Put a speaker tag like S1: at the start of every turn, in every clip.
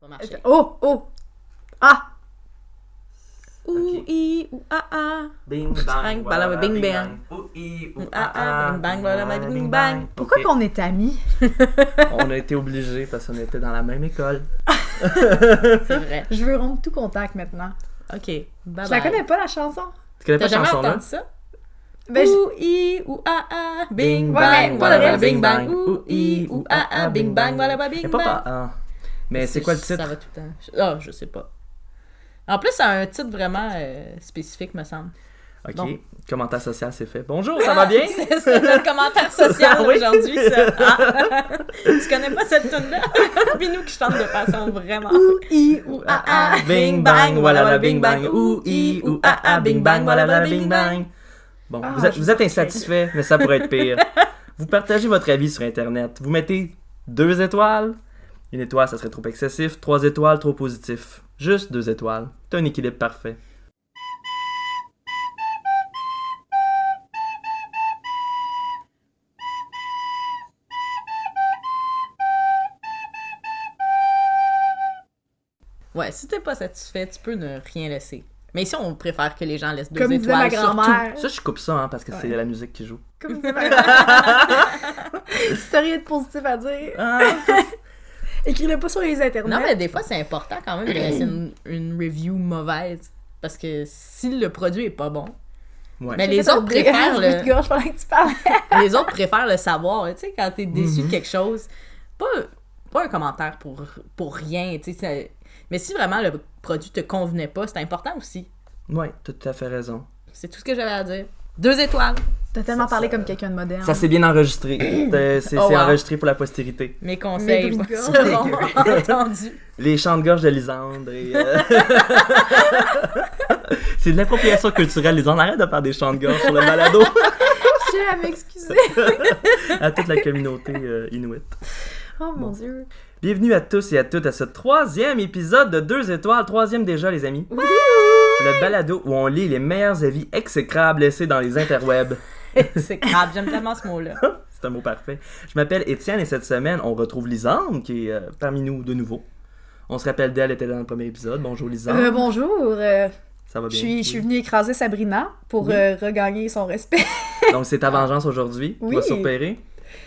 S1: au marché.
S2: Oh, oh! Ah! Ouh,
S3: Ok.
S2: i, ouh, ah, ah.
S3: Bing bang,
S2: Bang, balala, bing, bang.
S3: Ouh, i, ouh,
S2: Ah, ah, bing, bang, balala,
S3: balala,
S2: bing,
S3: bing,
S2: bang.
S3: bang.
S2: Pourquoi
S3: Ok.
S2: qu'on est amis?
S3: On a été obligés parce qu'on était dans la même école.
S1: C'est vrai.
S2: Je veux rompre tout contact maintenant.
S1: Ok. Bye
S2: je la connais pas, la chanson?
S3: Tu connais pas
S1: T'as
S3: cette
S1: jamais
S3: chanson-là?
S1: entendu ça?
S2: Ben, je-
S1: Ouh, i, ouh, ah, ah. Bing,
S3: Bing,
S1: bang,
S2: bang,
S1: voilà,
S2: voilà,
S1: bing, bang. Ouh, i, ouh, ah, ah. Bing, bang, voilà, bah,
S3: Y
S1: bing,
S3: a pas
S1: bang.
S3: pas un. Mais c'est quoi le
S1: Ça
S3: titre?
S1: va tout le temps. Je- Ah, je sais pas. En plus, ça a un titre vraiment euh, spécifique, me semble.
S3: Ok, commentaire social, c'est fait. Bonjour, ça va bien?
S1: C'est c'est notre commentaire social
S3: Ah oui.
S1: aujourd'hui, ça. Ah. tu connais pas cette tune-là? Puis nous qui chante de façon vraiment.
S2: Ouh, i, ouh, ah, ah.
S3: Bing bang, voilà la bing bang, ouh i, ouh ah ah, bing bang, voilà la bing bang. Bon,
S2: Ah,
S3: vous êtes,
S2: je
S3: vous êtes
S2: sais.
S3: insatisfait, mais ça pourrait être pire. vous partagez votre avis sur Internet. Vous mettez deux étoiles. Une étoile, ça serait trop excessif. Trois étoiles, trop positif. Juste deux étoiles. T'as un équilibre parfait.
S1: Ouais, si t'es pas satisfait, tu peux ne rien laisser. Mais ici, on préfère que les gens laissent deux
S2: Comme disait
S1: étoiles
S2: ma
S1: sur
S2: grand-mère.
S3: Ça, je coupe ça, hein, parce que c'est
S2: Ouais.
S3: la musique qui joue.
S2: Comme disait ma grand-mère. Si t'as rien de positif à dire,
S3: Ah,
S2: écris-le pas sur les
S1: tout.
S2: internets.
S1: Non, mais des fois, c'est important quand même de laisser une, une review mauvaise. Parce que si le produit est pas bon,
S3: Ouais.
S1: mais
S2: J'ai
S1: les
S2: fait un
S1: autres, préfèrent
S2: brûlant de
S1: le,
S2: gorge pendant que tu parlais.
S1: les autres préfèrent le savoir. hein, Tu sais, quand t'es déçu de quelque chose, pas, pas un commentaire pour, pour rien. tu sais, c'est- Mais si vraiment le produit te convenait pas, c'est important aussi.
S3: ouais, t'as tout à fait raison.
S1: C'est tout ce que j'avais à dire. Deux étoiles.
S2: T'as tellement parlé comme quelqu'un de moderne.
S3: Ça, c'est bien enregistré. T'as- c'est
S1: Oh,
S3: c'est
S1: wow.
S3: enregistré pour la postérité.
S1: Mes conseils
S2: bruits de gorge.
S1: seront entendus.
S3: Les chants de gorge de Lisandre et. euh, c'est de l'appropriation culturelle, Lisandre. Arrête de faire des chants de gorge sur le balado
S2: Je tiens à m'excuser.
S3: à toute la communauté euh, inuit.
S2: Oh mon dieu.
S3: Bienvenue à tous et à toutes à ce troisième épisode de Deux Étoiles, troisième déjà, les amis. Le balado où on lit les meilleurs avis exécrables laissés dans les interwebs.
S1: C'est grave, j'aime tellement ce mot-là.
S3: C'est un mot parfait. Je m'appelle Étienne et cette semaine, on retrouve Lisandre qui est euh, parmi nous de nouveau. On se rappelle d'elle, elle était dans le premier épisode. Bonjour Lisandre.
S2: Euh, bonjour. euh,
S3: Ça va
S2: je
S3: bien?
S2: suis je suis venue écraser Sabrina pour
S3: Oui.
S2: euh, regagner son respect.
S3: Donc c'est ta vengeance aujourd'hui. Tu
S2: Oui.
S3: vas surpérer.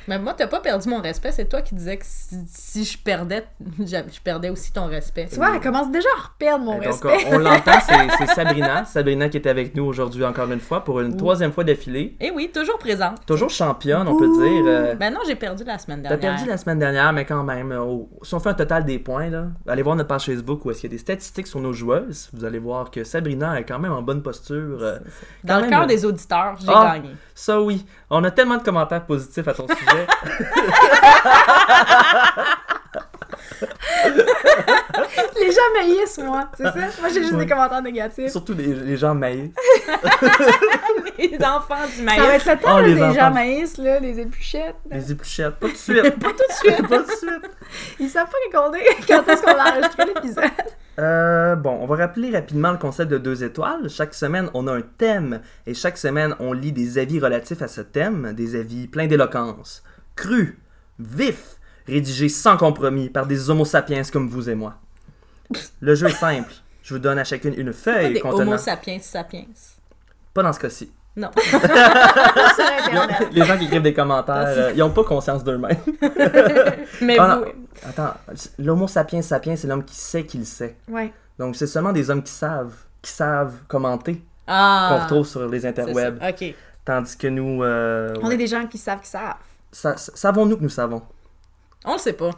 S1: Mais moi, t'as pas perdu mon respect. C'est toi qui disais que si, si je perdais, j'a- je perdais aussi ton respect.
S2: Tu vois, elle commence déjà à reperdre mon
S3: Et donc,
S2: respect.
S3: on l'entend, c'est c'est Sabrina. Sabrina qui était avec nous aujourd'hui encore une fois pour une
S1: Oui.
S3: troisième fois d'affilée.
S1: Eh oui, toujours présent.
S3: Toujours championne, on peut dire. Euh,
S1: Ben non, j'ai perdu la semaine
S3: T'as
S1: dernière.
S3: perdu la semaine dernière, mais quand même, euh, au- si on fait un total des points, là, allez voir notre page Facebook où est-ce qu'il y a des statistiques sur nos joueuses. Vous allez voir que Sabrina est quand même en bonne posture. euh.
S1: Dans
S3: quand
S1: le
S3: même.
S1: cœur des auditeurs, j'ai
S3: Ah.
S1: gagné.
S3: Ça oui, on a tellement de commentaires positifs à ton sujet.
S2: Les gens maillissent moi, c'est ça? Moi, j'ai juste
S3: Ouais.
S2: des commentaires négatifs.
S3: Surtout les, les gens maïs.
S1: Les enfants du
S2: Ça va
S1: maïs.
S2: être le
S3: Oh,
S2: temps, là,
S3: les
S2: des
S3: enfants.
S2: gens maïs, là, les épluchettes.
S3: Les épluchettes. Pas tout de suite.
S1: Pas tout de suite.
S3: pas tout de suite.
S2: Ils savent pas qu'on est, quand est-ce qu'on a enregistré l'épisode.
S3: Euh, bon, on va rappeler rapidement le concept de deux étoiles. Chaque semaine, on a un thème et chaque semaine, on lit des avis relatifs à ce thème, des avis pleins d'éloquence, crus, vifs, rédigés sans compromis par des homo sapiens comme vous et moi. Le jeu est simple. Je vous donne à chacune une
S1: Pas
S3: feuille
S1: des homo
S3: contenant.
S1: sapiens sapiens.
S3: Ah Pas dans ce cas-ci.
S1: Non.
S2: Pas sur
S3: Ils ont-
S2: Internet.
S3: Les gens qui écrivent des commentaires, euh, ils n'ont pas conscience d'eux-mêmes.
S1: Mais
S3: Ah,
S1: vous,
S3: Attends, l'homo sapiens sapiens, c'est l'homme qui sait qu'il sait.
S2: Ouais.
S3: Donc, c'est seulement des hommes qui savent, qui savent commenter,
S1: ah,
S3: qu'on retrouve sur les
S1: c'est ça.
S3: interwebs.
S1: Ok.
S3: Tandis que nous. euh,
S2: On
S3: ouais.
S2: est des gens qui savent qui savent.
S3: Sa- sa- Savons-nous que nous savons.
S1: On le sait pas.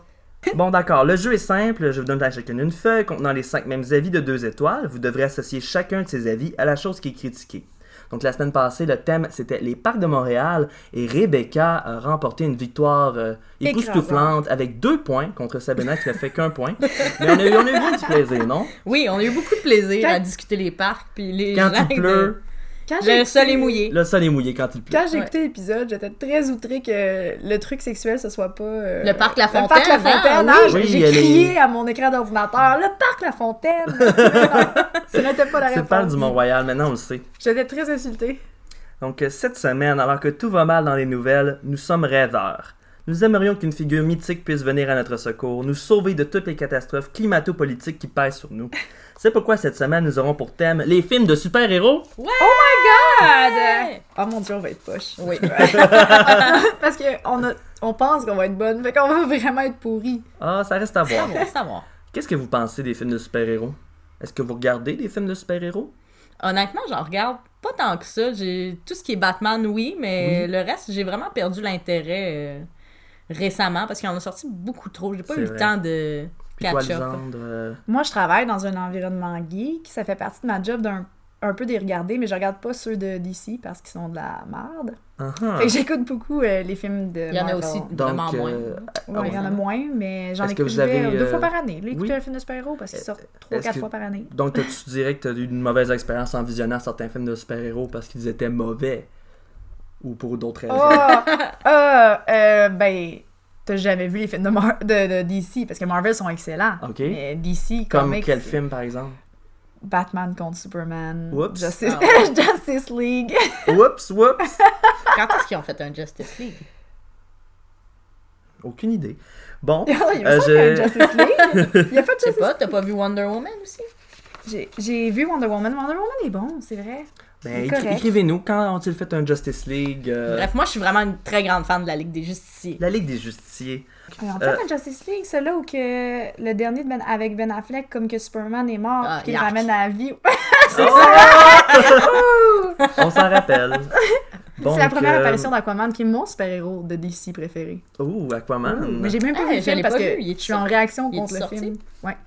S3: Bon, d'accord. Le jeu est simple. Je vous donne à chacune une feuille contenant les cinq mêmes avis de deux étoiles. Vous devrez associer chacun de ces avis à la chose qui est critiquée. Donc, la semaine passée, le thème, c'était les parcs de Montréal et Rebecca a remporté une victoire euh, époustouflante avec deux points contre Sabrina qui n'a fait qu'un point. Mais on a, eu, on a eu bien du plaisir, non?
S1: Oui, on a eu beaucoup de plaisir
S2: Quand-
S1: à discuter les parcs puis les
S3: Quand
S1: gens
S3: il
S1: de-
S3: pleut,
S2: Quand j'ai
S1: Le sol
S2: écouté-
S1: est mouillé.
S3: le sol est mouillé quand il pleut.
S2: Quand j'ai écouté l'épisode, j'étais très outrée que le truc sexuel, ce soit pas. euh,
S1: Le parc La
S2: Le parc La
S1: Fontaine, hein,
S2: Fontaine.
S1: oui.
S2: Ah, j'ai-
S3: Oui,
S2: j'ai
S3: elle
S2: crié à mon écran d'ordinateur Le parc La Fontaine Non, Ce n'était pas la
S3: C'est pas
S2: réponse.
S3: du Mont-Royal, maintenant on le sait.
S2: J'étais très insultée.
S3: Donc euh, cette semaine, alors que tout va mal dans les nouvelles, nous sommes rêveurs. Nous aimerions qu'une figure mythique puisse venir à notre secours, nous sauver de toutes les catastrophes climato-politiques qui pèsent sur nous. C'est pourquoi cette semaine, nous aurons pour thème les films de super-héros.
S1: Ah,
S3: hein?
S2: God! Oh mon dieu, on va être poche.
S1: Oui.
S2: Parce qu'on a... on pense qu'on va être bonne, fait qu'on va vraiment être pourri.
S3: Ah, ça reste à voir.
S1: On va savoir.
S3: Qu'est-ce que vous pensez des films de super-héros? Est-ce que vous regardez des films de super-héros?
S1: Honnêtement, j'en regarde pas tant que ça. J'ai tout ce qui est Batman, oui, mais le reste, j'ai vraiment perdu l'intérêt euh, récemment parce qu'il en a sorti beaucoup trop. J'ai pas
S3: C'est
S1: eu
S3: vrai.
S1: le temps de
S3: Puis toi,
S1: catch up.
S3: Lisandre, euh,
S2: Moi, je travaille dans un environnement geek, ça fait partie de ma job d'un un peu de les regarder, mais je regarde pas ceux de DC parce qu'ils sont de la merde.
S3: ah,
S2: Fait
S3: ah.
S2: que j'écoute beaucoup euh, les films de
S1: Il y en a
S2: Marvel.
S1: aussi
S3: Donc,
S1: vraiment moins.
S3: euh,
S2: Ouais, il y en a moins, mais j'en
S3: Est-ce que
S2: écoute
S3: vous avez,
S2: euh, deux
S3: euh,
S2: fois par année. Là, écouter
S3: oui.
S2: un film de super-héros parce qu'ils sortent trois,
S3: est-ce
S2: quatre
S3: que-
S2: fois par année.
S3: donc, toi, tu dirais que tu as eu une mauvaise expérience en visionnant certains films de super-héros parce qu'ils étaient mauvais ou pour d'autres raisons.
S2: Ah! Ah! euh, ben, t'as jamais vu les films de, Mar- de, de DC parce que Marvel sont excellents.
S3: Ok.
S2: Mais DC,
S3: Comme
S2: comics,
S3: quel film, par exemple?
S2: Batman contre Superman,
S3: Whoops.
S2: Justice,
S1: Ah ouais.
S2: Justice League.
S3: Oups, oups!
S1: Quand est-ce qu'ils ont fait un Justice League?
S3: Aucune idée.
S1: Ah,
S3: Bon,
S2: Il y a
S3: euh,
S2: pas
S3: je-
S2: de Justice League. Il y a pas de
S1: Je sais
S2: Justice
S1: pas, t'as pas vu Wonder Woman aussi?
S2: J'ai- J'ai vu Wonder Woman. Wonder Woman est bon, c'est vrai. C'est
S3: ben, écri-
S2: correct.
S3: écrivez-nous quand ont-ils fait un Justice League? euh,
S1: Bref, moi, je suis vraiment une très grande fan de la Ligue des Justiciers.
S3: la Ligue des Justiciers.
S2: Mais en fait,
S3: Euh.
S2: un Justice League, c'est là où que le dernier de Ben- avec Ben Affleck, comme que Superman est mort,
S1: Ah,
S2: puis qu'il le
S1: yark.
S2: ramène à la vie.
S3: Oh! On s'en rappelle. Donc,
S2: c'est la première
S3: euh,
S2: apparition d'Aquaman, qui est mon super-héros de DC préféré.
S3: Ouh, Aquaman.
S2: Mais j'ai même pas
S1: Ah,
S2: vu
S1: je
S2: le film
S1: l'ai
S2: parce
S1: pas
S2: que
S1: vu, il est
S2: je suis en
S1: sorti.
S2: réaction
S1: Il est
S2: contre le
S1: sorti?
S2: film. Ouais.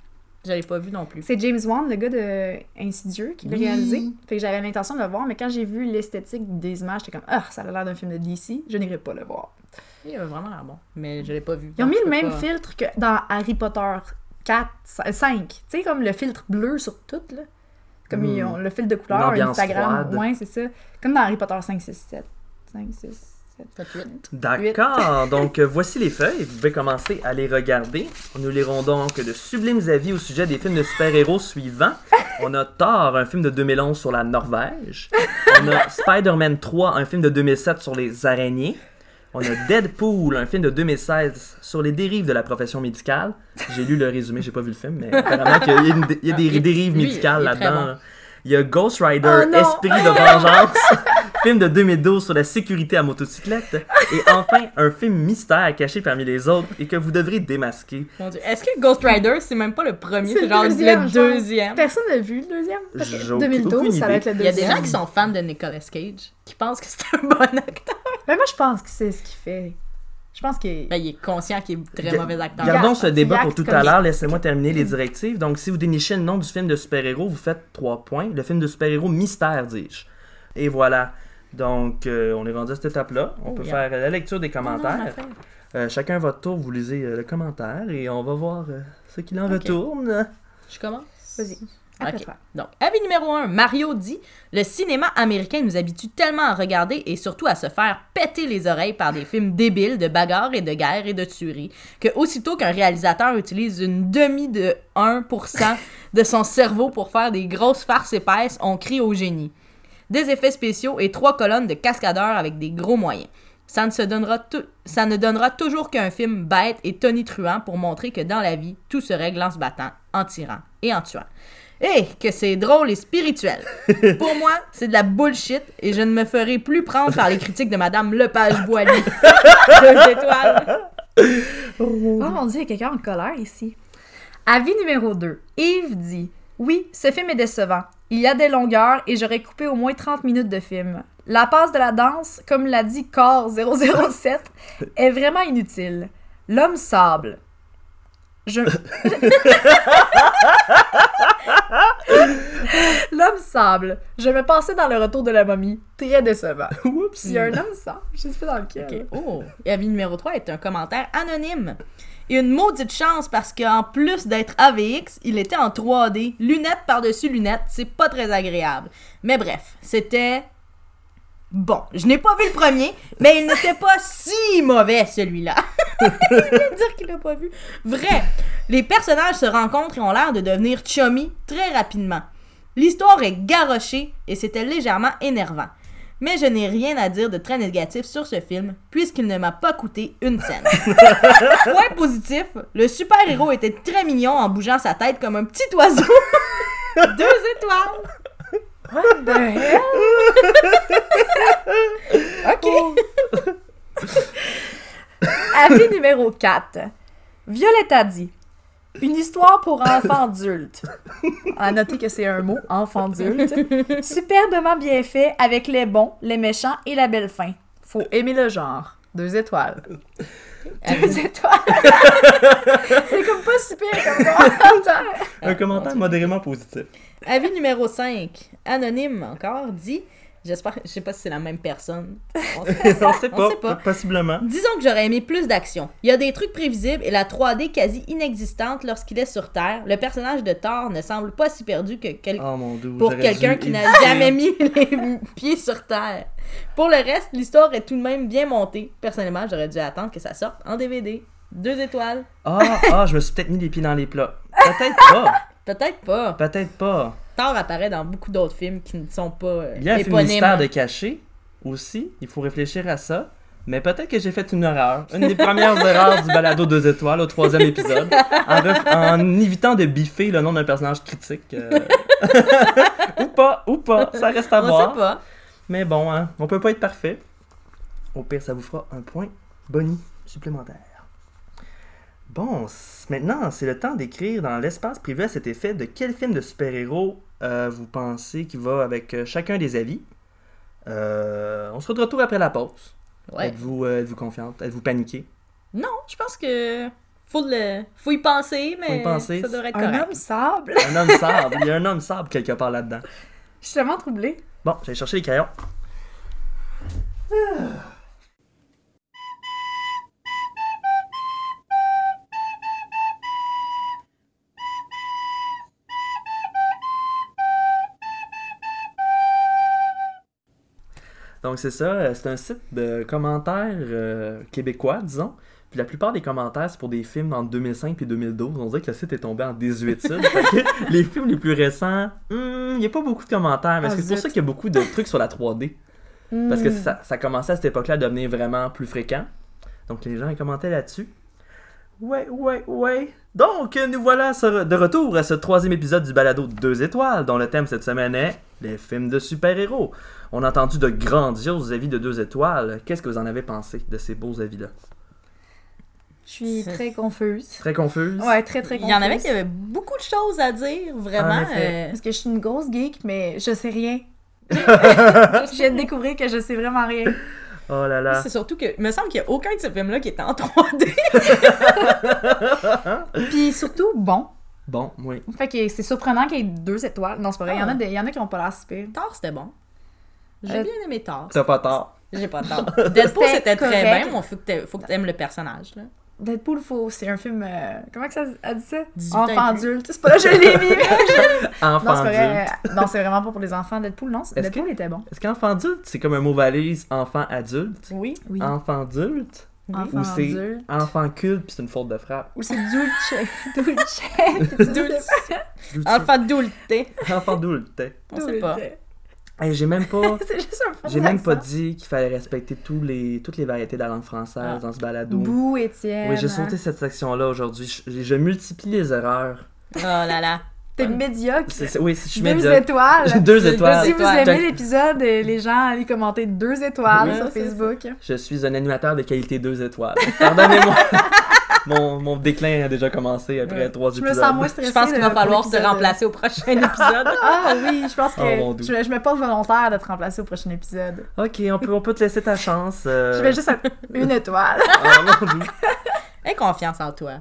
S1: J'avais pas vu non plus.
S2: C'est James Wan, le gars de Insidieux, qui l'a
S1: Oui.
S2: réalisé. Fait que j'avais l'intention de le voir, mais quand j'ai vu l'esthétique des images, j'étais comme, ah, ça a l'air d'un film de DC, je n'irai pas le voir.
S1: Il avait vraiment l'air bon, mais je l'ai pas vu.
S2: Ils ont
S1: donc
S2: mis
S1: je
S2: le
S1: peux
S2: même
S1: pas-
S2: filtre que dans Harry Potter 4, 5. Tu sais, comme le filtre bleu sur tout, là. Comme
S3: Hmm.
S2: ils ont le filtre de
S3: Une
S2: couleur,
S3: ambiance
S2: Instagram.
S3: froide.
S2: Ouais, c'est ça. Comme dans Harry Potter 5, 6, 7. 5, 6, 7.
S1: Fait que huit.
S3: D'accord, donc euh, voici les feuilles, vous pouvez commencer à les regarder. Nous lirons donc de sublimes avis au sujet des films de super-héros suivants. On a Thor, un film de 2011 sur la Norvège. On a Spider-Man 3, un film de 2007 sur les araignées. On a Deadpool, un film de 2016 sur les dérives de la profession médicale. J'ai lu le résumé, j'ai pas vu le film, mais apparemment qu'il y a une dé- il y a,
S1: Ah,
S3: des
S1: il-
S3: dérives
S1: lui,
S3: médicales
S1: il est très
S3: là-dedans.
S1: bon.
S3: Il y a Ghost Rider,
S2: Oh non!
S3: Esprit de vengeance, film de 2012 sur la sécurité à motocyclette. Et enfin, un film mystère caché parmi les autres et que vous devrez démasquer.
S1: Mon Dieu. Est-ce que Ghost Rider, c'est même pas le premier,
S2: C'est
S1: c'est
S2: le
S1: genre
S2: deuxième,
S1: le
S2: genre.
S1: deuxième?
S2: Personne n'a vu le deuxième. Parce
S3: J'ai
S2: que
S3: aucune-
S2: 2012,
S3: aucune
S2: ça va
S3: idée.
S2: être le
S1: Il y a
S2: deuxième.
S1: des gens qui sont fans de Nicolas Cage, qui pensent que c'est un bon acteur.
S2: Mais Ben, moi, je pense que c'est ce qu'il fait. Je pense que.
S1: Ben, il est conscient qu'il est très
S3: Ga-
S1: mauvais acteur.
S3: Gardons ce
S2: Regarde,
S3: débat
S2: regarde
S3: pour tout
S2: comme
S3: à
S2: ça.
S3: l'heure. Laissez-moi terminer les directives. Donc, si vous dénichez le nom du film de super-héros, vous faites trois points. Le film de super-héros mystère, dis-je. Et voilà. Donc, euh, on est rendu à cette étape-là. On
S1: Oh,
S3: peut
S1: yeah.
S3: faire euh, la lecture des
S1: Non, non,
S3: commentaires.
S1: ma femme.
S3: Euh, chacun à votre tour, vous lisez euh, le commentaire et on va voir euh, ce qu'il en
S1: Ok.
S3: retourne.
S1: Je commence?
S2: Vas-y. Après
S1: Ok.
S2: toi.
S1: Donc, avis numéro 1, Mario dit Le cinéma américain nous habitue tellement à regarder et surtout à se faire péter les oreilles par des films débiles de bagarres et de guerres et de tueries que aussitôt qu'un réalisateur utilise une demi de 1% de son cerveau pour faire des grosses farces épaisses, on crie au génie. Des effets spéciaux et trois colonnes de cascadeurs avec des gros moyens. Ça ne, se donnera tou- ça ne donnera toujours qu'un film bête et tonitruant pour montrer que dans la vie, tout se règle en se battant, en tirant et en tuant. Et que c'est drôle et spirituel. Pour moi, c'est de la bullshit et je ne me ferai plus prendre par les critiques de Madame Lepage-Boilly. Deux étoiles.
S2: Oh mon dieu, il y a quelqu'un en colère ici. Avis numéro 2. Yves dit Oui, ce film est décevant. Il y a des longueurs et j'aurais coupé au moins 30 minutes de film. La passe de la danse, comme l'a dit Core 007, est vraiment inutile. L'homme sable. Je. L'homme sable. Je me passais dans le retour de la momie. Très décevant.
S3: Oups.
S2: S'il y a un homme sable, je sais pas dans lequel.
S1: Ok. Oh. Et avis numéro 3 est un commentaire anonyme. Et une maudite chance parce qu'en plus d'être AVX, il était en 3D, lunettes par-dessus lunettes, c'est pas très agréable. Mais bref, c'était bon. Je n'ai pas vu le premier, mais il n'était pas si mauvais celui-là. Je veux dire qu'il l'a pas vu. Vrai. Les personnages se rencontrent et ont l'air de devenir chummy très rapidement. L'histoire est garochée et c'était légèrement énervant. mais je n'ai rien à dire de très négatif sur ce film, puisqu'il ne m'a pas coûté une scène. Point positif, le super-héros était très mignon en bougeant sa tête comme un petit oiseau. Deux étoiles!
S2: What the hell? OK. Avis numéro 4. Violette a dit Une histoire pour enfants adultes. À noter que c'est un mot, enfant adulte. Superbement bien fait avec les bons, les méchants et la belle fin. Faut aimer le genre. Deux étoiles. Deux étoiles. c'est comme pas super comme commentaire.
S3: Un commentaire modérément positif.
S1: Avis numéro 5, anonyme encore, dit J'espère, je sais pas si c'est la même personne. On sait pas.
S3: on sait pas,
S1: sait pas.
S3: possiblement.
S1: Disons que j'aurais aimé plus d'action. Il y a des trucs prévisibles et la 3D quasi inexistante lorsqu'il est sur Terre. Le personnage de Thor ne semble pas si perdu que quel-
S3: Oh mon dieu.
S1: pour
S3: j'aurais
S1: quelqu'un
S3: dû
S1: qui n'a
S3: éviter.
S1: jamais mis les pieds sur Terre. Pour le reste, l'histoire est tout de même bien montée. Personnellement, j'aurais dû attendre que ça sorte en DVD. Deux étoiles.
S3: Ah, ah, je me suis peut-être mis les pieds dans les plats. Peut-être pas.
S1: Peut-être pas.
S3: Peut-être pas.
S1: Thor apparaît dans beaucoup d'autres films qui ne sont pas euh,
S3: Il y a un film
S1: éponymes.
S3: mystère de caché aussi. Il faut réfléchir à ça. Mais peut-être que j'ai fait une erreur. Une des premières erreurs du balado deux étoiles au troisième épisode. En, ref- en évitant de biffer le nom d'un personnage critique. euh. ou pas, ou pas. Ça reste à
S1: On
S3: voir.
S1: sait pas.
S3: Mais bon, hein, on peut pas être parfait. Au pire, ça vous fera un point boni supplémentaire. Bon, c- maintenant, c'est le temps d'écrire dans l'espace privé à cet effet de quel film de super-héros euh, vous pensez qui va avec euh, chacun des avis. Euh, on se retrouve après la pause.
S1: Ouais.
S3: Êtes-vous euh, êtes-vous confiante? Êtes-vous paniquée?
S1: Non, je pense que faut, le... faut y penser, mais
S3: Faut y penser.
S1: ça devrait être
S2: Un
S1: correct.
S2: homme sable.
S3: Un homme sable. Il y a un homme sable quelque part là-dedans.
S2: Je suis tellement troublée.
S3: Bon, j'allais chercher les crayons. Donc c'est ça, euh, c'est un site de commentaires euh, québécois, disons. Puis la plupart des commentaires, c'est pour des films entre 2005 et 2012. On dirait que le site est tombé en désuétude. Fait que les films les plus récents, hmm, il n'y a pas beaucoup de commentaires. Mais
S2: Ah,
S3: c'est pour
S2: zut.
S3: ça qu'il y a beaucoup de trucs sur la 3D. Parce
S2: Hmm.
S3: que ça, ça commençait à cette époque-là à devenir vraiment plus fréquent. Donc les gens ils commentaient là-dessus. Ouais, ouais, ouais. Donc nous voilà sur- de retour à ce troisième épisode du balado Deux étoiles, dont le thème cette semaine est les films de super-héros. On a entendu de grandioses avis de deux étoiles. Qu'est-ce que vous en avez pensé de ces beaux avis-là
S2: Je suis très confuse.
S3: Très confuse.
S2: Ouais, très très
S1: Il
S2: confuse.
S1: y en avait qui avaient beaucoup de choses à dire,
S3: En
S1: vraiment.
S3: effet.
S2: Parce que je suis une grosse geek, mais je sais rien.
S1: euh,
S2: Je viens de découvrir que je sais vraiment rien.
S3: Oh là là.
S1: C'est surtout que, il me semble qu'il n'y a aucun de ces films-là qui est en 3D.
S2: Puis surtout, bon.
S3: Bon, oui.
S2: Fait que c'est surprenant qu'il y ait deux étoiles. Non, c'est pas vrai. Il y, en a
S1: Ah.
S2: des- il y en a qui ont pas l'air si pire.
S1: Thor, c'était bon. J'ai
S2: Euh,
S1: bien aimé Thor.
S3: T'as pas tort.
S1: J'ai pas tort. Deadpool,
S2: C'était
S1: c'était très
S2: correct.
S1: bien, mais faut que t'a- faut que t'aimes le personnage. Là.
S2: Deadpool, faut- c'est un film. euh, comment que ça a dit ça
S1: 18 ans
S2: Enfant
S1: et plus.
S2: adulte. C'est pas là que je l'ai mis. non,
S3: Enfant
S2: c'est pas
S3: adulte.
S2: vrai. Non, c'est vraiment pas pour les enfants. Deadpool, non.
S3: que-
S2: Deadpool était bon.
S3: Est-ce qu'enfant adulte, c'est comme un mot valise enfant adulte
S1: Oui.
S2: Oui.
S3: Enfant adulte
S2: Enfant
S3: Ou c'est
S2: adulte.
S3: enfant culte, puis c'est une faute de frappe.
S2: Ou c'est Dulce. Dulce.
S1: Dulce. Enfant d'oulté.
S3: Enfant adulte. hein.
S1: On sait pas.
S2: Dulce.
S3: Hey, j'ai même pas.
S2: C'est juste un fond
S3: J'ai même pas
S2: d'accent.
S3: dit qu'il fallait respecter tous les, toutes les variétés de la langue française
S1: Ah.
S3: dans ce balado.
S2: Bou, Étienne.
S3: oui, j'ai sauté cette section-là aujourd'hui. Je, je multiplie les erreurs.
S1: Oh là là.
S2: T'es médiocre.
S3: C'est- c'est- oui, si je suis
S2: Deux
S3: médiocre.
S2: étoiles.
S3: Deux
S1: Deux
S3: étoiles.
S2: Si vous
S1: étoiles.
S2: aimez l'épisode, euh, les gens allez commenter deux étoiles
S1: Oui,
S2: sur
S1: c'est
S2: Facebook.
S3: Je suis un animateur de qualité deux étoiles. Pardonnez-moi. mon, mon déclin a déjà commencé après
S1: Ouais.
S3: trois
S2: Je me
S3: épisodes.
S2: sens moins stressée.
S1: Je pense qu'il
S2: de-
S1: va
S2: pour
S1: falloir se
S2: l'épisode.
S1: remplacer au prochain épisode.
S2: Ah oui, je pense que
S3: Oh, mon Dieu.
S2: je, je me porte volontaire de te remplacer au prochain épisode.
S3: Ok, on peut, on peut te laisser ta chance. euh.
S2: Je vais juste un- une étoile.
S3: Ah, mon Dieu.
S1: Aie confiance en toi.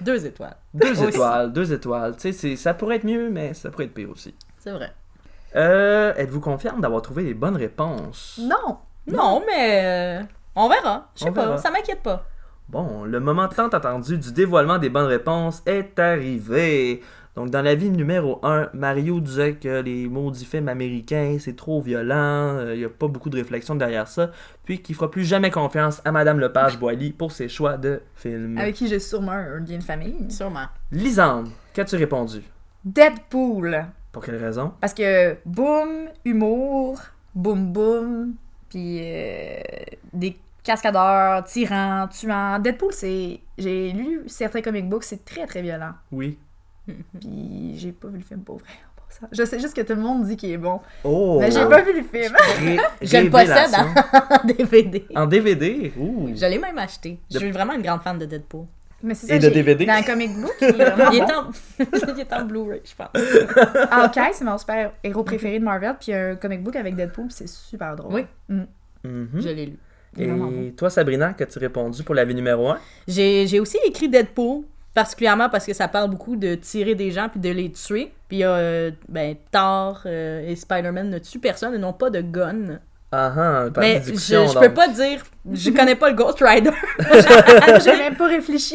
S1: Deux étoiles.
S3: Deux
S1: Aussi.
S3: étoiles, deux étoiles. Tu sais, c'est- ça pourrait être mieux, mais ça pourrait être pire aussi.
S1: C'est vrai.
S3: Euh, Êtes-vous confiante d'avoir trouvé les bonnes réponses?
S2: Non.
S1: Non, mais euh, on verra. Je sais
S3: On
S1: pas.
S3: verra.
S1: Ça m'inquiète pas.
S3: Bon, le moment tant attendu du dévoilement des bonnes réponses est arrivé. Donc, dans la vie numéro 1, Mario disait que les maudits films américains, c'est trop violent, euh, il n'y a pas beaucoup de réflexion derrière ça, puis qu'il fera plus jamais confiance à Madame Lepage-Boily pour ses choix de films.
S1: Ah
S2: Avec qui j'ai sûrement un lien de famille.
S1: Sûrement.
S3: Lisande, qu'as-tu répondu?
S2: Deadpool.
S3: Pour quelle raison?
S2: Parce que boum, humour, boum boum, Puis euh, des cascadeurs, tyrans, tuants. Deadpool, c'est. J'ai lu certains comic books, c'est très très violent.
S3: Oui.
S2: Puis j'ai pas vu le film pour vrai. en passant. Je sais juste que tout le monde dit qu'il est bon.
S3: Oh!
S2: Mais j'ai pas vu le film.
S3: Ré-
S1: Je le possède
S3: révélation.
S1: en DVD.
S3: En DVD? Ouh!
S1: Je l'ai même acheté. Je suis vraiment une grande fan de Deadpool.
S2: Mais c'est
S3: Et de
S2: j'ai-
S3: DVD.
S2: Dans un comic book, il est
S3: Ah
S2: vraiment
S1: Il
S2: bon.
S1: est en, il est en Blu-ray, je pense.
S3: Mhm.
S2: Hawkeye, c'est mon super héros préféré de Marvel. Puis il y a un comic book avec Deadpool, puis c'est super drôle.
S1: Oui.
S2: Mm.
S3: Mhm.
S1: Je l'ai lu.
S2: Il est vraiment bon.
S3: Et toi, Sabrina, qu'as-tu répondu pour la vie numéro 1?
S1: J'ai j'ai aussi écrit Deadpool, particulièrement parce que ça parle beaucoup de tirer des gens puis de les tuer. Puis il y a, euh, ben, Thor euh, et Spider-Man ne tuent personne et n'ont pas de gun.
S3: Ah ah, pas
S1: Mais
S3: de
S1: je,
S3: discussion,
S1: je
S3: donc.
S1: peux pas dire, je connais pas le Ghost Rider.
S2: Ah, J'ai même pas réfléchi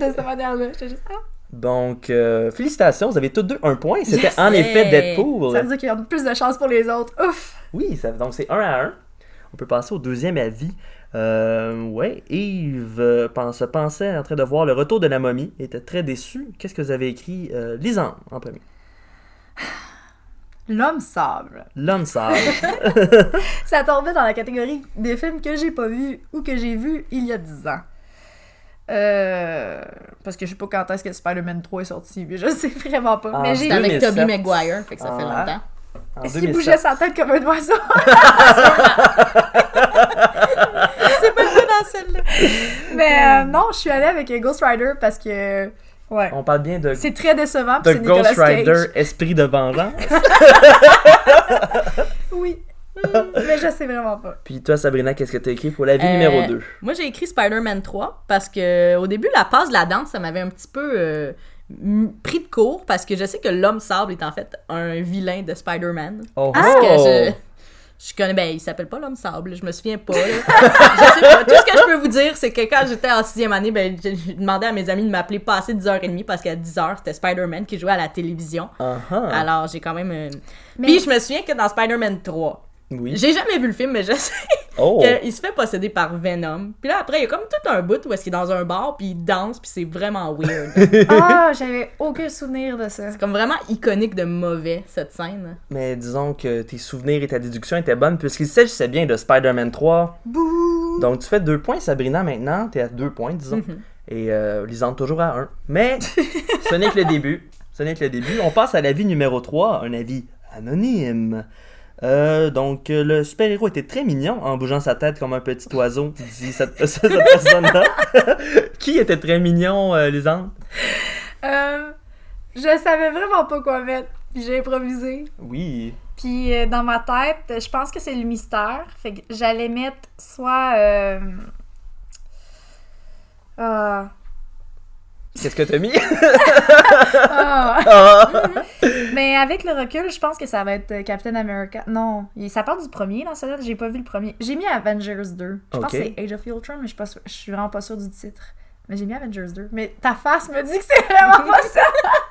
S2: de cette manière-là. J'étais juste, ah,
S3: Donc, euh, félicitations, vous avez tous deux un point. C'était
S1: Yes!
S3: en effet
S1: Hey!
S3: Deadpool.
S2: ça veut dire qu'il y a plus de chance pour les autres. Ouf!
S3: Oui, ça, donc c'est un à un. On peut passer au deuxième avis. Euh, ouais, Yves euh, pense- se pensait en train de voir le retour de la momie. Il était très déçu. Qu'est-ce que vous avez écrit? Euh, Lisande, en premier.
S2: L'homme sable.
S3: L'homme sage.
S2: Ça tombait dans la catégorie des films que j'ai pas vus ou que j'ai vus il y a 10 ans. Euh, parce que je sais pas quand est-ce que Spider-Man 3 est sorti, mais je sais vraiment pas.
S3: Ah,
S2: mais
S1: C'est
S2: j'ai.
S3: deux-
S1: avec
S3: 2007.
S1: Tobey Maguire, fait que ça fait
S3: Ah.
S1: longtemps.
S3: En
S2: S'il
S3: 2007.
S2: bougeait sa tête comme un oiseau.
S1: C'est pas le dans Ah celle-là.
S2: Mais euh, non, je suis allée avec Ghost Rider parce que. Ouais.
S3: On parle bien de,
S2: C'est très décevant, puis
S3: de
S2: c'est Nicolas
S3: Ghost
S2: Cage.
S3: Rider, esprit de vengeance.
S2: Oui. Hmm, mais je sais vraiment pas.
S3: Puis toi, Sabrina, qu'est-ce que t'as écrit pour la vie
S1: Euh,
S3: numéro 2?
S1: Moi, j'ai écrit Spider-Man 3 parce que euh, au début, la passe de la danse, ça m'avait un petit peu euh, m- pris de court parce que je sais que l'homme sable est en fait un vilain de Spider-Man.
S3: Oh,
S1: Parce
S3: oh!
S1: que je, je connais. Ben, il s'appelle pas l'homme sable, je me souviens pas. là. je sais pas. Tout ce que je peux vous dire, c'est que quand j'étais en sixième année, ben, j'ai j'ai demandé à mes amis de m'appeler passé 10h30 parce qu'à 10h, c'était Spider-Man qui jouait à la télévision.
S3: Ah, ah.
S1: Alors, j'ai quand même. euh,
S2: Mais-
S1: Puis, je me souviens que dans Spider-Man 3,
S3: Oui.
S1: j'ai jamais vu le film, mais je sais
S3: Oh!
S1: qu'il se fait posséder par Venom. Puis là, après, il y a comme tout un bout où est-ce qu'il est dans un bar, puis il danse, puis c'est vraiment weird.
S2: Ah, j'avais aucun souvenir de ça.
S1: c'est comme vraiment iconique de mauvais, cette scène.
S3: Mais disons que tes souvenirs et ta déduction étaient bonnes puisqu'il s'agissait bien de Spider-Man 3.
S2: Bouh!
S3: Donc tu fais deux points, Sabrina, maintenant. T'es à deux points, disons.
S1: Mhm.
S3: Et euh, Lisande toujours à un. Mais ce n'est que le début. Ce n'est que le début. On passe à l'avis numéro 3, un avis anonyme. Euh, donc, euh, le super-héros était très mignon en bougeant sa tête comme un petit oiseau, dit cette, cette personne-là. Qui était très mignon, euh, Lisande?
S2: Euh, je savais vraiment pas quoi mettre, puis j'ai improvisé.
S3: Oui.
S2: Puis euh, dans ma tête, je pense que c'est le mystère. Fait que j'allais mettre soit. euh, Ah.
S3: Qu'est-ce que t'as mis?
S2: Ah.
S3: Ah!
S2: Mais avec le recul, je pense que ça va être euh, Captain America. Non, il- ça part du premier dans celui-là. J'ai pas vu le premier. J'ai mis Avengers 2. Je pense
S3: Ok.
S2: que c'est Age of Ultron, mais je suis, pas sûre- je suis vraiment pas sûre du titre. Mais j'ai mis Avengers 2. Mais ta face me dit que c'est vraiment pas ça.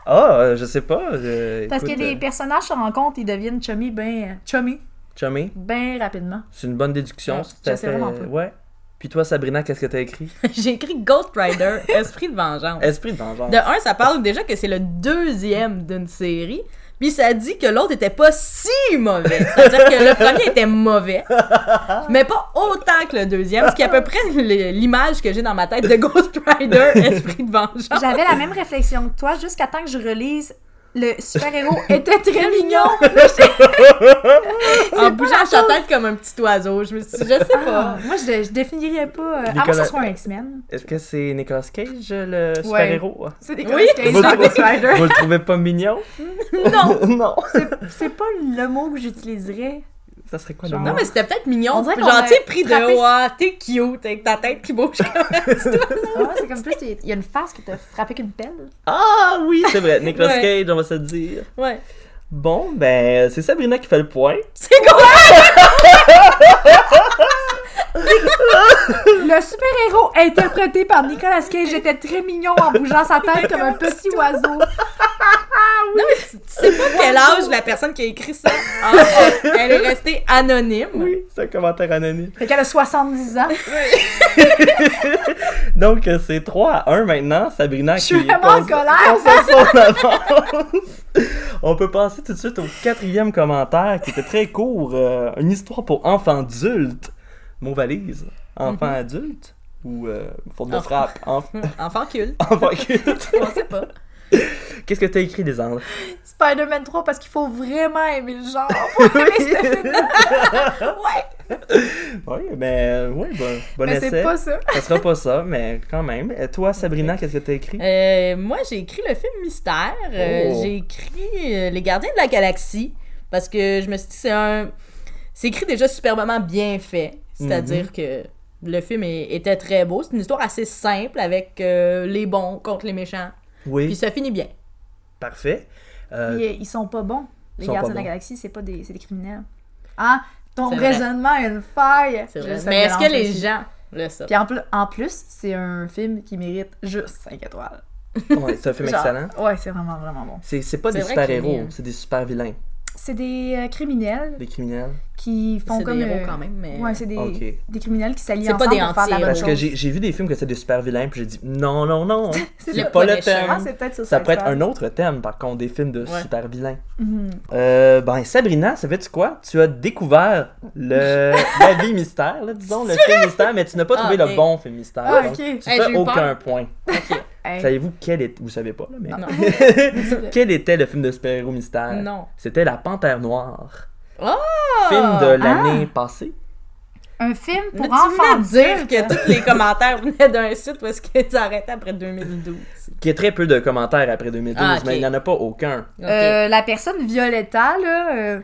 S3: Ah, euh, je sais pas. euh,
S2: Parce que
S3: écoute,
S2: les
S3: euh,
S2: personnages se rencontrent, ils deviennent chummy ben, chummy
S3: Chummy,
S2: ben rapidement.
S3: c'est une bonne déduction.
S2: Ouais,
S3: c'est tout à
S2: Ah, je sais vraiment
S3: fait-
S2: pas.
S3: Ouais. Puis toi, Sabrina, qu'est-ce que t'as écrit?
S1: J'ai écrit Ghost Rider, Esprit de vengeance.
S3: Esprit de vengeance.
S1: De un, ça parle déjà que c'est le deuxième d'une série. Puis ça dit que l'autre était pas si mauvais. C'est-à-dire que le premier était mauvais, mais pas autant que le deuxième, ce qui est à peu près le- l'image que j'ai dans ma tête de Ghost Rider, Esprit de vengeance.
S2: J'avais la même réflexion que toi jusqu'à temps que je relise le super-héros était très mignon. J'étais-
S1: En bougeant sa tête comme un petit oiseau. Je me suis dit, je sais pas.
S2: Ah, moi, je, je définirais pas. euh, À moins que
S3: Nicolas-
S2: ce soit un X-Men.
S3: Est-ce que c'est Nicolas Cage, le super-héros?
S2: C'est
S1: Nicolas Oui. Cage
S3: Vous,
S1: dans
S3: le trouvez- vous le trouvez pas mignon?
S1: Non!
S3: non.
S2: C'est- C'est pas le mot que j'utiliserais.
S3: Ça serait quoi le
S2: Genre-
S3: mot?
S1: Non, mais c'était peut-être
S2: On
S1: mignon.
S2: dirait qu'on
S1: Genre, tu sais,
S2: a
S1: pris de
S2: frappé-
S1: Ouah, t'es cute avec ta tête qui bouge
S2: Ah, c'est comme plus, il y a une face qui t'a frappé qu'une pelle.
S3: Ah oui, c'est vrai. Nicolas
S1: Ouais.
S3: Cage, on va se le dire.
S1: Ouais.
S3: Bon, ben, c'est Sabrina qui fait le point.
S1: C'est quoi?
S2: Le super-héros interprété par Nicolas Cage était très mignon en bougeant sa tête comme un petit oiseau.
S1: Non, mais c'est- c'est sais pas quel âge la personne qui a écrit ça a. Elle est restée anonyme.
S3: Oui, c'est un commentaire anonyme.
S2: Fait qu'elle a 70 ans.
S3: Donc, euh, c'est 3 à 1 maintenant. Sabrina
S2: Je
S3: qui
S2: suis vraiment en
S3: pose-
S2: colère.
S3: Ça, c'est son avance. On peut passer tout de suite au quatrième commentaire qui était très court. euh, une histoire pour enfants adultes. Mon valise.
S1: Mhm.
S3: Enfant adulte ou euh, faute de
S1: Enfant.
S3: frappe. Enf-
S1: Enfant culte.
S3: enfant adulte.
S1: Je sais pas.
S3: Qu'est-ce que t'as écrit des anges?
S2: Spider-Man 3 parce qu'il faut vraiment aimer le genre pour aimer ce film.
S3: Oui, ben, oui, bon, bon
S2: Mais
S3: essai.
S2: c'est pas ça.
S3: Ça sera pas ça, mais quand même. Et toi, Sabrina, qu'est-ce que t'as écrit?
S1: Euh, moi, j'ai écrit le film Mystère. Euh,
S3: Oh.
S1: J'ai écrit euh, Les Gardiens de la Galaxie parce que je me suis dit c'est un. C'est écrit déjà superbement bien fait. C'est-à-dire
S3: Mhm.
S1: que le film est- était très beau. C'est une histoire assez simple avec euh, les bons contre les méchants.
S3: Oui,
S1: Puis ça finit bien.
S3: parfait. Euh,
S2: Ils, ils sont pas bons. Les
S3: Ils sont
S2: gardiens
S3: pas
S2: de la
S3: bons.
S2: galaxie, c'est pas des, c'est des criminels. Hein? Ton
S1: C'est vrai.
S2: raisonnement a une faille.
S1: C'est
S2: Je
S1: vrai.
S2: sais,
S1: Mais
S2: mélange
S1: est-ce que les
S2: aussi.
S1: gens le savent?
S2: Puis en, plus- en plus, c'est un film qui mérite juste 5 étoiles.
S3: ouais, c'est un film
S2: Genre,
S3: excellent.
S2: Ouais, c'est vraiment, vraiment bon.
S3: C'est c'est pas
S1: C'est
S3: des
S1: vrai qu'il est
S3: super-héros,
S1: bien.
S3: c'est des super-vilains,
S2: C'est des euh, criminels
S3: des criminels.
S2: qui font
S1: C'est
S2: comme.
S1: des héros
S2: euh,
S1: quand même, mais...
S2: Ouais, c'est des,
S3: Ok.
S2: des criminels qui s'allient
S1: C'est pas
S2: ensemble
S1: des euh,
S2: pour faire la
S1: anti-héros.
S2: bonne
S3: Parce que
S2: chose.
S3: j'ai j'ai vu des films que c'est des super-vilains, puis j'ai dit non, non, non,
S1: le
S3: c'est
S1: pas
S3: pas le
S1: méchant.
S2: Ah,
S3: thème.
S2: c'est peut-être ça.
S3: Ça pourrait être un
S2: autre.
S3: autre thème, par contre, des films de
S1: Ouais.
S3: super-vilains. Euh, ben, Sabrina, ça fait tu quoi? Tu as découvert le... la vie mystère, là, disons, le film mystère, mais tu n'as pas
S1: Ah,
S3: trouvé
S1: ok.
S3: le bon film mystère.
S2: Ah,
S3: donc
S2: ok.
S1: Hey,
S3: Tu
S1: j'ai
S3: fais
S1: eu
S3: aucun point.
S2: Hey.
S3: Savez-vous quel était... Vous savez pas, là, mais...
S1: Non.
S3: quel était le film de super-héros mystère?
S1: Non.
S3: C'était La Panthère Noire.
S1: Oh!
S3: Film
S1: Ah.
S3: de l'année passée.
S2: Un film pour
S1: Mais
S2: enfants.
S1: tu venais de dire que tous les commentaires venaient d'un site parce que tu arrêtais après 2012.
S3: Qui est très peu de commentaires après 2012,
S1: Ah, ok.
S3: mais il n'y en a pas aucun.
S1: Ok.
S2: Euh, la personne Violetta, là, euh,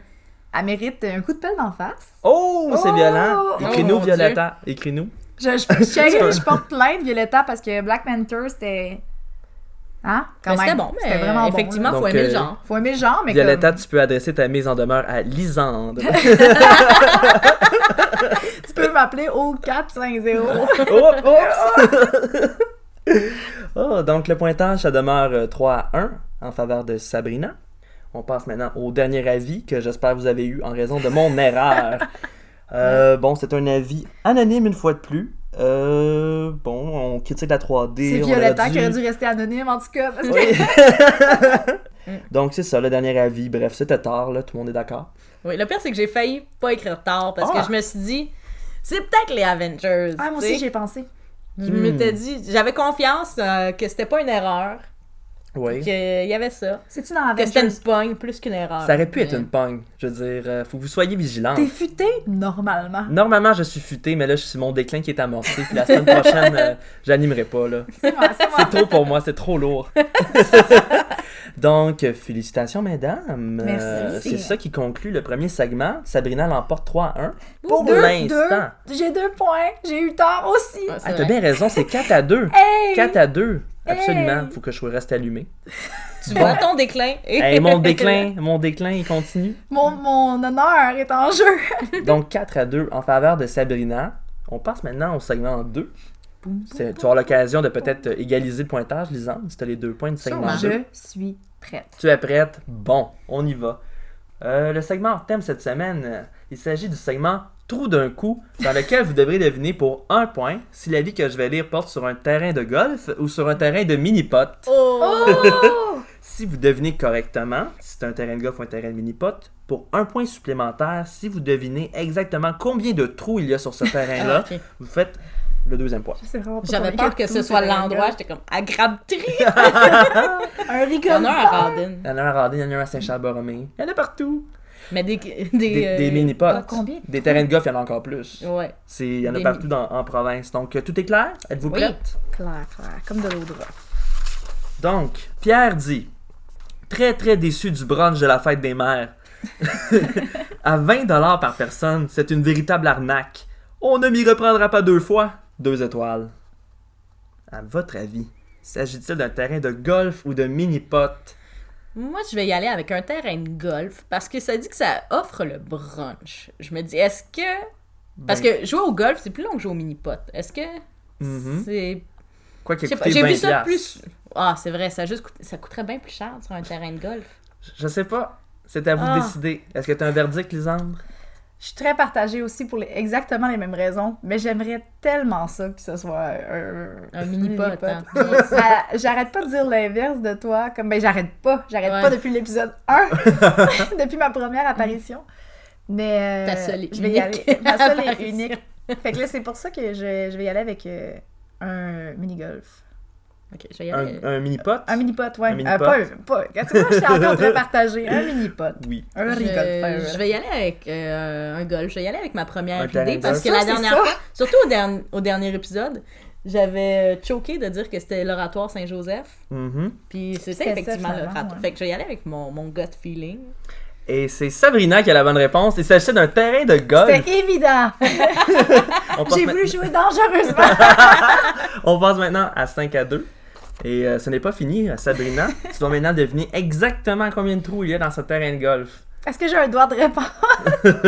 S2: elle mérite un coup de pelle d'en face.
S3: Oh, c'est
S2: Oh!
S3: violent! Écris-nous,
S1: Oh, mon
S3: Violetta. Écris-nous.
S2: Je, je, je, je- je porte plainte, Violetta, parce que Black Panther, c'était. Hein? Quand
S1: Mais
S2: même.
S1: c'était bon, mais
S2: C'était vraiment bon,
S1: effectivement,
S3: là.
S1: faut
S3: Donc,
S1: aimer le
S3: euh,
S1: genre.
S2: là. Faut aimer le genre, mais.
S3: Violetta, tu peux adresser ta mise en demeure à Lisande.
S2: comme, tu peux m'appeler au 450.
S3: oh, oups! Oh, donc le pointage, ça demeure euh, 3 à 1 en faveur de Sabrina. On passe maintenant au dernier avis que j'espère vous avez eu en raison de mon erreur. Euh, bon, c'est un avis anonyme une fois de plus. Euh, bon, on critique la 3D.
S2: C'est
S3: on
S2: Violetta
S3: aurait dû-
S2: qui aurait dû rester anonyme, en tout cas. Parce que...
S3: Oui.
S2: Mm.
S3: Donc c'est ça, le dernier avis. Bref, c'était tard, là, tout le monde est d'accord.
S1: Oui, le pire, c'est que j'ai failli pas écrire tard parce
S3: Ah.
S1: que je me suis dit, c'est peut-être les Avengers.
S2: Ah, moi
S1: tu sais.
S2: aussi, j'ai pensé.
S1: Je
S3: Hmm.
S1: m'étais dit, j'avais confiance euh, que c'était pas une erreur,
S3: Oui.
S1: qu'il y avait ça.
S2: C'est-tu dans
S1: Que c'était
S2: Avengers?
S1: une pogne plus qu'une erreur.
S3: Ça aurait pu être
S1: Mais-
S3: une pogne. Je veux dire, euh, faut que vous soyez vigilants.
S2: T'es futé? Normalement.
S1: Mm.
S3: Normalement, je suis futé, mais là, c'est mon déclin qui est amorcé. Puis la semaine prochaine, euh, j'animerai pas, là.
S2: C'est moi, c'est moi.
S3: C'est trop pour moi, c'est trop lourd. Donc, euh, félicitations, mesdames. Euh,
S2: Merci.
S3: c'est ça qui conclut le premier segment. Sabrina l'emporte 3 à 1.
S2: Pour
S3: Pour l'instant.
S2: J'ai deux points. J'ai eu tort aussi.
S1: Ouais, c'est
S3: Ah, t'as
S1: vrai.
S3: bien raison, c'est 4 à 2.
S2: Hey!
S3: 4 à 2. Absolument.
S2: Hey!
S3: Faut que je reste allumé.
S1: Tu vois ton déclin.
S3: Hey, mon déclin, mon déclin, il continue.
S2: Mon, mon honneur est en jeu.
S3: Donc 4 à 2 en faveur de Sabrina. On passe maintenant au segment 2. C'est- tu auras l'occasion de peut-être euh, égaliser le pointage, Lisande, si tu as les deux points du segment
S1: Sûrement.
S2: Je
S3: 2.
S2: suis prête.
S3: Tu es prête? Bon, on y va. Euh, le segment hors thème cette semaine, euh, il s'agit du segment Trou d'un coup, dans lequel vous devrez deviner pour un point si la vie que je vais lire porte sur un terrain de golf ou sur un terrain de mini-pot.
S1: Oh!
S3: Si vous devinez correctement, si c'est un terrain de golf ou un terrain de mini-pot, pour un point supplémentaire, si vous devinez exactement combien de trous il y a sur ce terrain-là,
S1: Ah, ok.
S3: vous faites le deuxième point.
S2: Je sais vraiment pas
S1: J'avais
S2: comment
S1: peur que ce soit
S2: tout
S1: l'endroit, j'étais comme à Crabtree. Il y
S2: Un
S1: en
S2: rigolo.
S1: a un à Radin.
S3: Il y en a un à Radin, il y en a un à Saint-Charles-Borromée. Il y en a partout.
S1: Mais des. Des,
S3: Des,
S1: euh,
S3: des mini-pots.
S2: Ah, combien?
S3: Des terrains de golf, il y en a encore plus.
S1: Ouais.
S3: C'est- Il y en a
S1: Des
S3: partout dans- en province. Donc, euh, tout est clair? Êtes-vous
S1: Oui.
S3: prête?
S2: Claire, claire, comme de l'eau de roche.
S3: Donc, Pierre dit Très, très déçu du brunch de la fête des mères. à 20 par personne, c'est une véritable arnaque. On ne m'y reprendra pas deux fois. Deux étoiles. À votre avis, s'agit-il d'un terrain de golf ou de mini-pot?
S1: Moi, je vais y aller avec un terrain de golf parce que ça dit que ça offre le brunch. Je me dis, est-ce que. Parce
S3: Ben,
S1: que jouer au golf, c'est plus long que jouer au mini-pot. Est-ce que.
S3: Mhm.
S1: C'est.
S3: Quoi qu'il
S1: Je sais
S3: ait
S1: pas,
S3: coûté
S1: J'ai
S3: 20
S1: vu ça
S3: piastres.
S1: plus. Ah, c'est vrai, ça, juste coûte- ça coûterait bien plus cher sur un terrain de golf.
S3: Je sais pas. C'est à vous
S2: Ah.
S3: de décider. Est-ce que t'as un verdict, Lisandre?
S2: Je suis très partagée aussi pour les- exactement les mêmes raisons, mais j'aimerais tellement ça que ce soit un,
S1: Un mini-pot, hein.
S2: Puis, ça- Bah, J'arrête pas de dire l'inverse de toi, comme ben j'arrête pas, j'arrête
S1: Ouais.
S2: pas depuis l'épisode 1, depuis ma première apparition. Mais euh,
S1: Ta seule et
S2: je vais y
S1: unique
S2: aller. Ma seule est
S1: apparition.
S2: unique. Fait que là, c'est pour ça que je, je vais y aller avec euh, un mini-golf.
S1: Ok, je vais y aller.
S3: Un, un mini-pot?
S2: Un mini-pot, ouais.
S3: Un mini-pot.
S2: Euh, pas, un- pas, un- tu vois, je suis encore très partagée. Un mini-pot.
S3: Oui.
S2: Un
S1: Je,
S2: rigolfeur.
S1: je vais y aller avec euh, un golf. Je vais y aller avec ma première
S3: Un
S1: idée
S3: terrain de
S1: parce
S3: golf.
S1: que
S2: Ça,
S1: la
S2: c'est
S1: dernière
S2: ça.
S1: fois, surtout au, derni- au dernier épisode, j'avais choqué de dire que c'était l'oratoire Saint-Joseph.
S3: Mhm.
S1: Puis
S2: C'était ça,
S1: c'était effectivement
S2: finalement,
S1: l'oratoire.
S2: ouais.
S1: Fait que je vais y aller avec mon, mon gut feeling.
S3: Et c'est Sabrina qui a la bonne réponse. Il s'agissait d'un terrain de golf.
S2: C'était évident.
S3: On passe,
S2: J'ai
S3: ma-
S2: voulu jouer dangereusement.
S3: on passe maintenant à 5 à 2. Et euh, ce n'est pas fini, Sabrina. tu dois maintenant deviner exactement combien de trous il y a dans ce terrain de golf.
S2: Est-ce que j'ai un doigt de réponse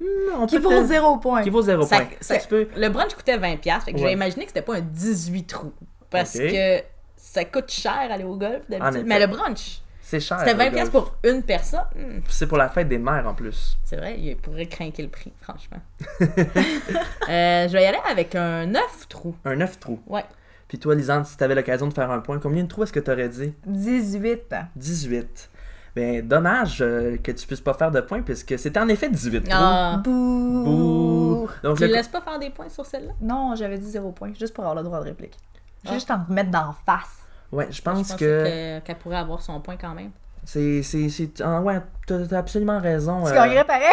S3: Non, on
S2: qui
S3: peut
S2: vaut
S3: te-
S2: zéro point?
S3: Qui vaut 0
S1: Ça-
S3: point.
S1: ça-
S3: tu peux...
S1: Le brunch coûtait 20$. piastres, Fait que
S3: Ouais.
S1: j'ai imaginé que c'était pas un 18 trous. Parce
S3: Ok.
S1: que ça coûte cher aller au golf
S3: En effet.
S1: d'habitude. Mais le brunch,
S3: C'est cher.
S1: c'était
S3: le
S1: 20$
S3: golf.
S1: piastres pour une personne. Hmm,
S3: C'est pour la fête des mères en plus.
S1: C'est vrai, il pourrait craquer le prix, franchement. Euh, je vais y aller avec un 9 trous.
S3: Un 9 trous.
S1: Ouais.
S3: Puis toi, Lisande, si t'avais l'occasion de faire un point, combien de trous est-ce que t'aurais dit
S2: 18.
S3: 18. Ben, dommage euh, que tu puisses pas faire de point puisque c'était en effet 18 trous.
S1: Ah.
S2: Bouh.
S3: Bouh. Donc,
S1: Tu
S3: le-
S1: laisses pas faire des points sur celle-là?
S2: Non, j'avais dit zéro point, juste pour avoir le droit de réplique. Je vais
S1: Ah.
S2: Juste en remettre d'en face.
S3: Ouais, je
S1: Je
S3: pense
S1: pensais
S3: que
S1: que- euh, qu'elle pourrait avoir son point quand même.
S3: c'est. c'est- c'est- ah ouais, t'as t'as absolument raison.
S2: Tu
S3: euh,
S2: gagnerais pareil.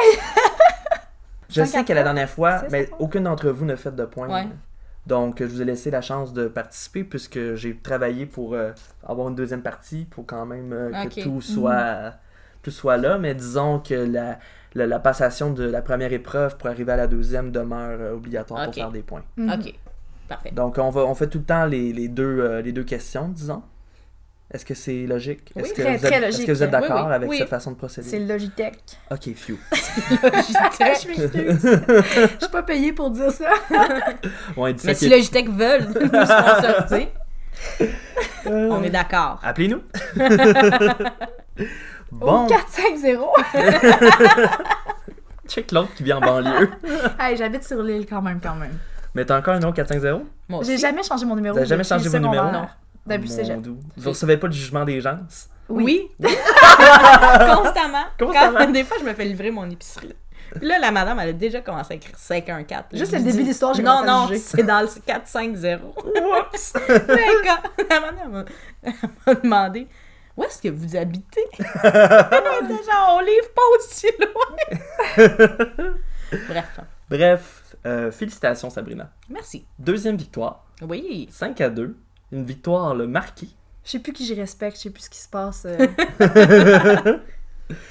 S3: je
S2: cinq à
S3: sais que la
S2: trois,
S3: dernière fois,
S2: six à
S3: mais
S2: trois.
S3: aucune d'entre vous ne fait de point.
S1: Ouais.
S3: Donc, je vous ai laissé la chance de participer puisque j'ai travaillé pour euh, avoir une deuxième partie pour quand même euh, que
S1: Ok. Mhm.
S3: tout, soit, tout soit là. Mais disons que la, la, la passation de la première épreuve pour arriver à la deuxième demeure euh, obligatoire pour
S1: Ok.
S3: faire des points.
S2: Mhm.
S1: Ok, parfait.
S3: Donc, on, va, on fait tout le temps les, les deux, euh, les deux questions, disons. Est-ce que c'est logique?
S1: Oui,
S3: Est-ce que,
S2: très,
S3: vous êtes-
S2: très
S3: est-ce
S2: logique.
S3: que vous êtes
S1: Oui,
S3: d'accord
S1: oui,
S3: avec
S1: oui.
S3: cette façon de
S2: C'est
S3: procéder?
S2: le Logitech.
S3: Ok, phew.
S2: je m'excuse. Je suis pas payée pour dire ça.
S3: Bon, il dit ça
S1: Mais
S3: qu'il
S1: si Logitech veulent nous sponsoriser,
S3: Euh,
S1: on est d'accord.
S3: Appelez-nous!
S2: Bon.
S3: bon,
S2: Au 4-5-0.
S3: check l'autre qui vient en banlieue.
S2: Hey, j'habite sur l'île quand même, quand même.
S3: Mais t'as encore un numéro 450?
S1: Moi
S2: J'ai
S1: aussi.
S2: jamais changé mon numéro.
S3: Vous avez jamais
S2: depuis
S3: changé
S2: le
S3: vos numéros?
S2: secondaire. Depuis le
S3: Mon
S2: cégep.
S3: Dieu. Vous recevez pas le jugement des gens?
S1: Oui. Constamment.
S3: Constamment.
S1: Quand- des fois, je me fais livrer mon épicerie. Puis là, la madame, elle a déjà commencé à écrire 514.
S2: Juste
S1: Je
S2: le
S1: dis,
S2: début de l'histoire, j'ai
S1: Non,
S2: commencé à
S1: non,
S2: juger.
S1: c'est dans le 450. Oups! Mais quand la madame m'a- elle m'a demandé Où est-ce que vous habitez? Elle était genre, on livre pas aussi loin. Bref,
S3: Bref, euh, félicitations Sabrina.
S1: merci.
S3: Deuxième victoire,
S1: Oui.
S3: 5 à 2. Une victoire le marquée.
S2: Je sais plus qui je respecte, je sais plus ce qui se passe. euh.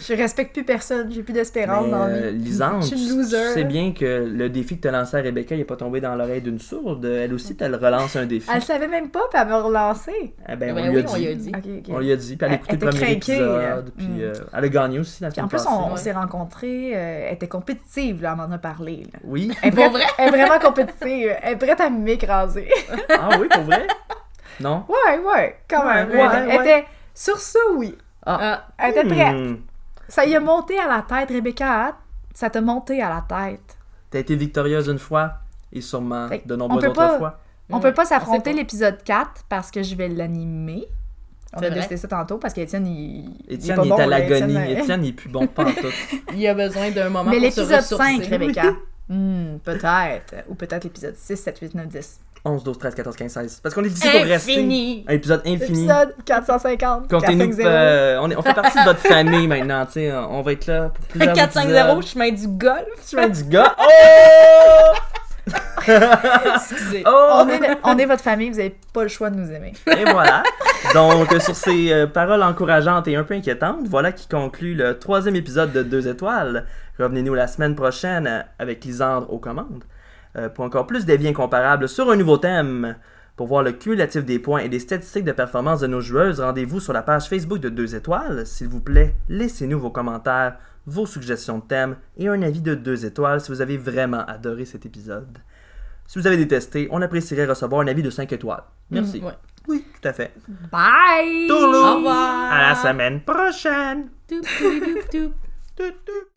S2: je respecte plus personne, j'ai plus d'espérance
S3: Mais,
S2: dans la
S3: euh,
S2: vie.
S3: Lisande,
S2: Je suis
S3: tu-
S2: une loser.
S3: tu sais bien que le défi que t'as lancé à Rebecca, il est pas tombé dans l'oreille d'une sourde. Elle aussi, elle relance un défi.
S2: Elle savait même pas, puis elle m'a relancé.
S3: Eh ben,
S1: Ben
S3: on lui a
S1: oui, on lui a
S3: dit.
S1: dit.
S2: Ok, ok.
S3: On lui a dit, puis elle a
S2: Elle
S3: écouté le
S2: était
S3: premier
S2: craquée, là.
S3: épisode,
S2: Mm.
S3: puis euh, elle a gagné aussi la
S2: Puis
S3: semaine
S2: en plus,
S3: passée.
S2: on, on
S1: ouais.
S2: s'est rencontrés, euh, elle était compétitive, là, elle m'en a parlé. là.
S3: Oui.
S2: Elle est,
S1: Pour
S2: prête-
S1: vrai?
S2: elle est vraiment compétitive, elle est prête à m'écraser.
S3: Ah oui, pour vrai? Non?
S2: Ouais, ouais, quand
S3: Ouais,
S2: même.
S3: ouais,
S2: elle, était-
S3: ouais.
S2: elle était sur ça, oui.
S1: Ah,
S2: Elle était prête.
S3: Hmm.
S2: Ça y a monté à la tête, Rebecca. Hart, Ça t'a monté à la tête.
S3: T'as été victorieuse une fois, et sûrement
S2: Fait que
S3: de
S2: on
S3: nombreuses
S2: peut
S3: autres
S2: pas-
S3: fois.
S2: On peut pas
S1: sait
S2: s'affronter
S1: pas.
S2: l'épisode 4 parce que je vais l'animer. On
S1: C'est
S2: a
S1: vrai.
S2: décidé ça tantôt parce qu'Étienne, il. il est
S3: Étienne,
S2: pas
S3: il est
S2: bon,
S3: à
S2: là,
S3: l'agonie.
S2: Étienne, euh,
S3: Étienne, il est plus bon pas en tout.
S1: il y a besoin d'un moment
S2: Mais
S1: pour se
S2: l'épisode 5,
S1: ressourcer.
S2: Rebecca. Hmm, peut-être. Ou peut-être l'épisode 6, 7, 8, 9, 10.
S3: 11, 12, 13, 14, 15, 16. Parce qu'on est ici pour rester.
S1: Infini.
S3: Un épisode infini.
S2: Épisode 450.
S3: Comptez-nous,
S2: 450.
S3: euh, on, est- on fait partie de votre famille maintenant, tu sais. On va être là pour plusieurs
S1: 4-5-0, chemin du golf.
S3: chemin du gars. Oh!
S1: Excusez.
S3: Oh!
S2: on, est, on est votre famille, vous avez pas le choix de nous aimer.
S3: Et voilà. Donc, euh, sur ces euh, paroles encourageantes et un peu inquiétantes, voilà qui conclut le troisième épisode de Deux Étoiles. Revenez-nous la semaine prochaine euh, avec Lisandre aux commandes euh, pour encore plus d'avis incomparables sur un nouveau thème. Pour voir le cumulatif des points et des statistiques de performance de nos joueuses, rendez-vous sur la page Facebook de Deux Étoiles. S'il vous plaît, laissez-nous vos commentaires, vos suggestions de thèmes et un avis de Deux Étoiles si vous avez vraiment adoré cet épisode. Si vous avez détesté, on apprécierait recevoir un avis de 5 étoiles. Merci.
S1: Ouais.
S3: Oui, tout à fait.
S2: Bye!
S3: Tourlou!
S1: Au revoir!
S3: À la semaine prochaine!
S1: Toup, toup, toup, toup.
S3: Tout, tout.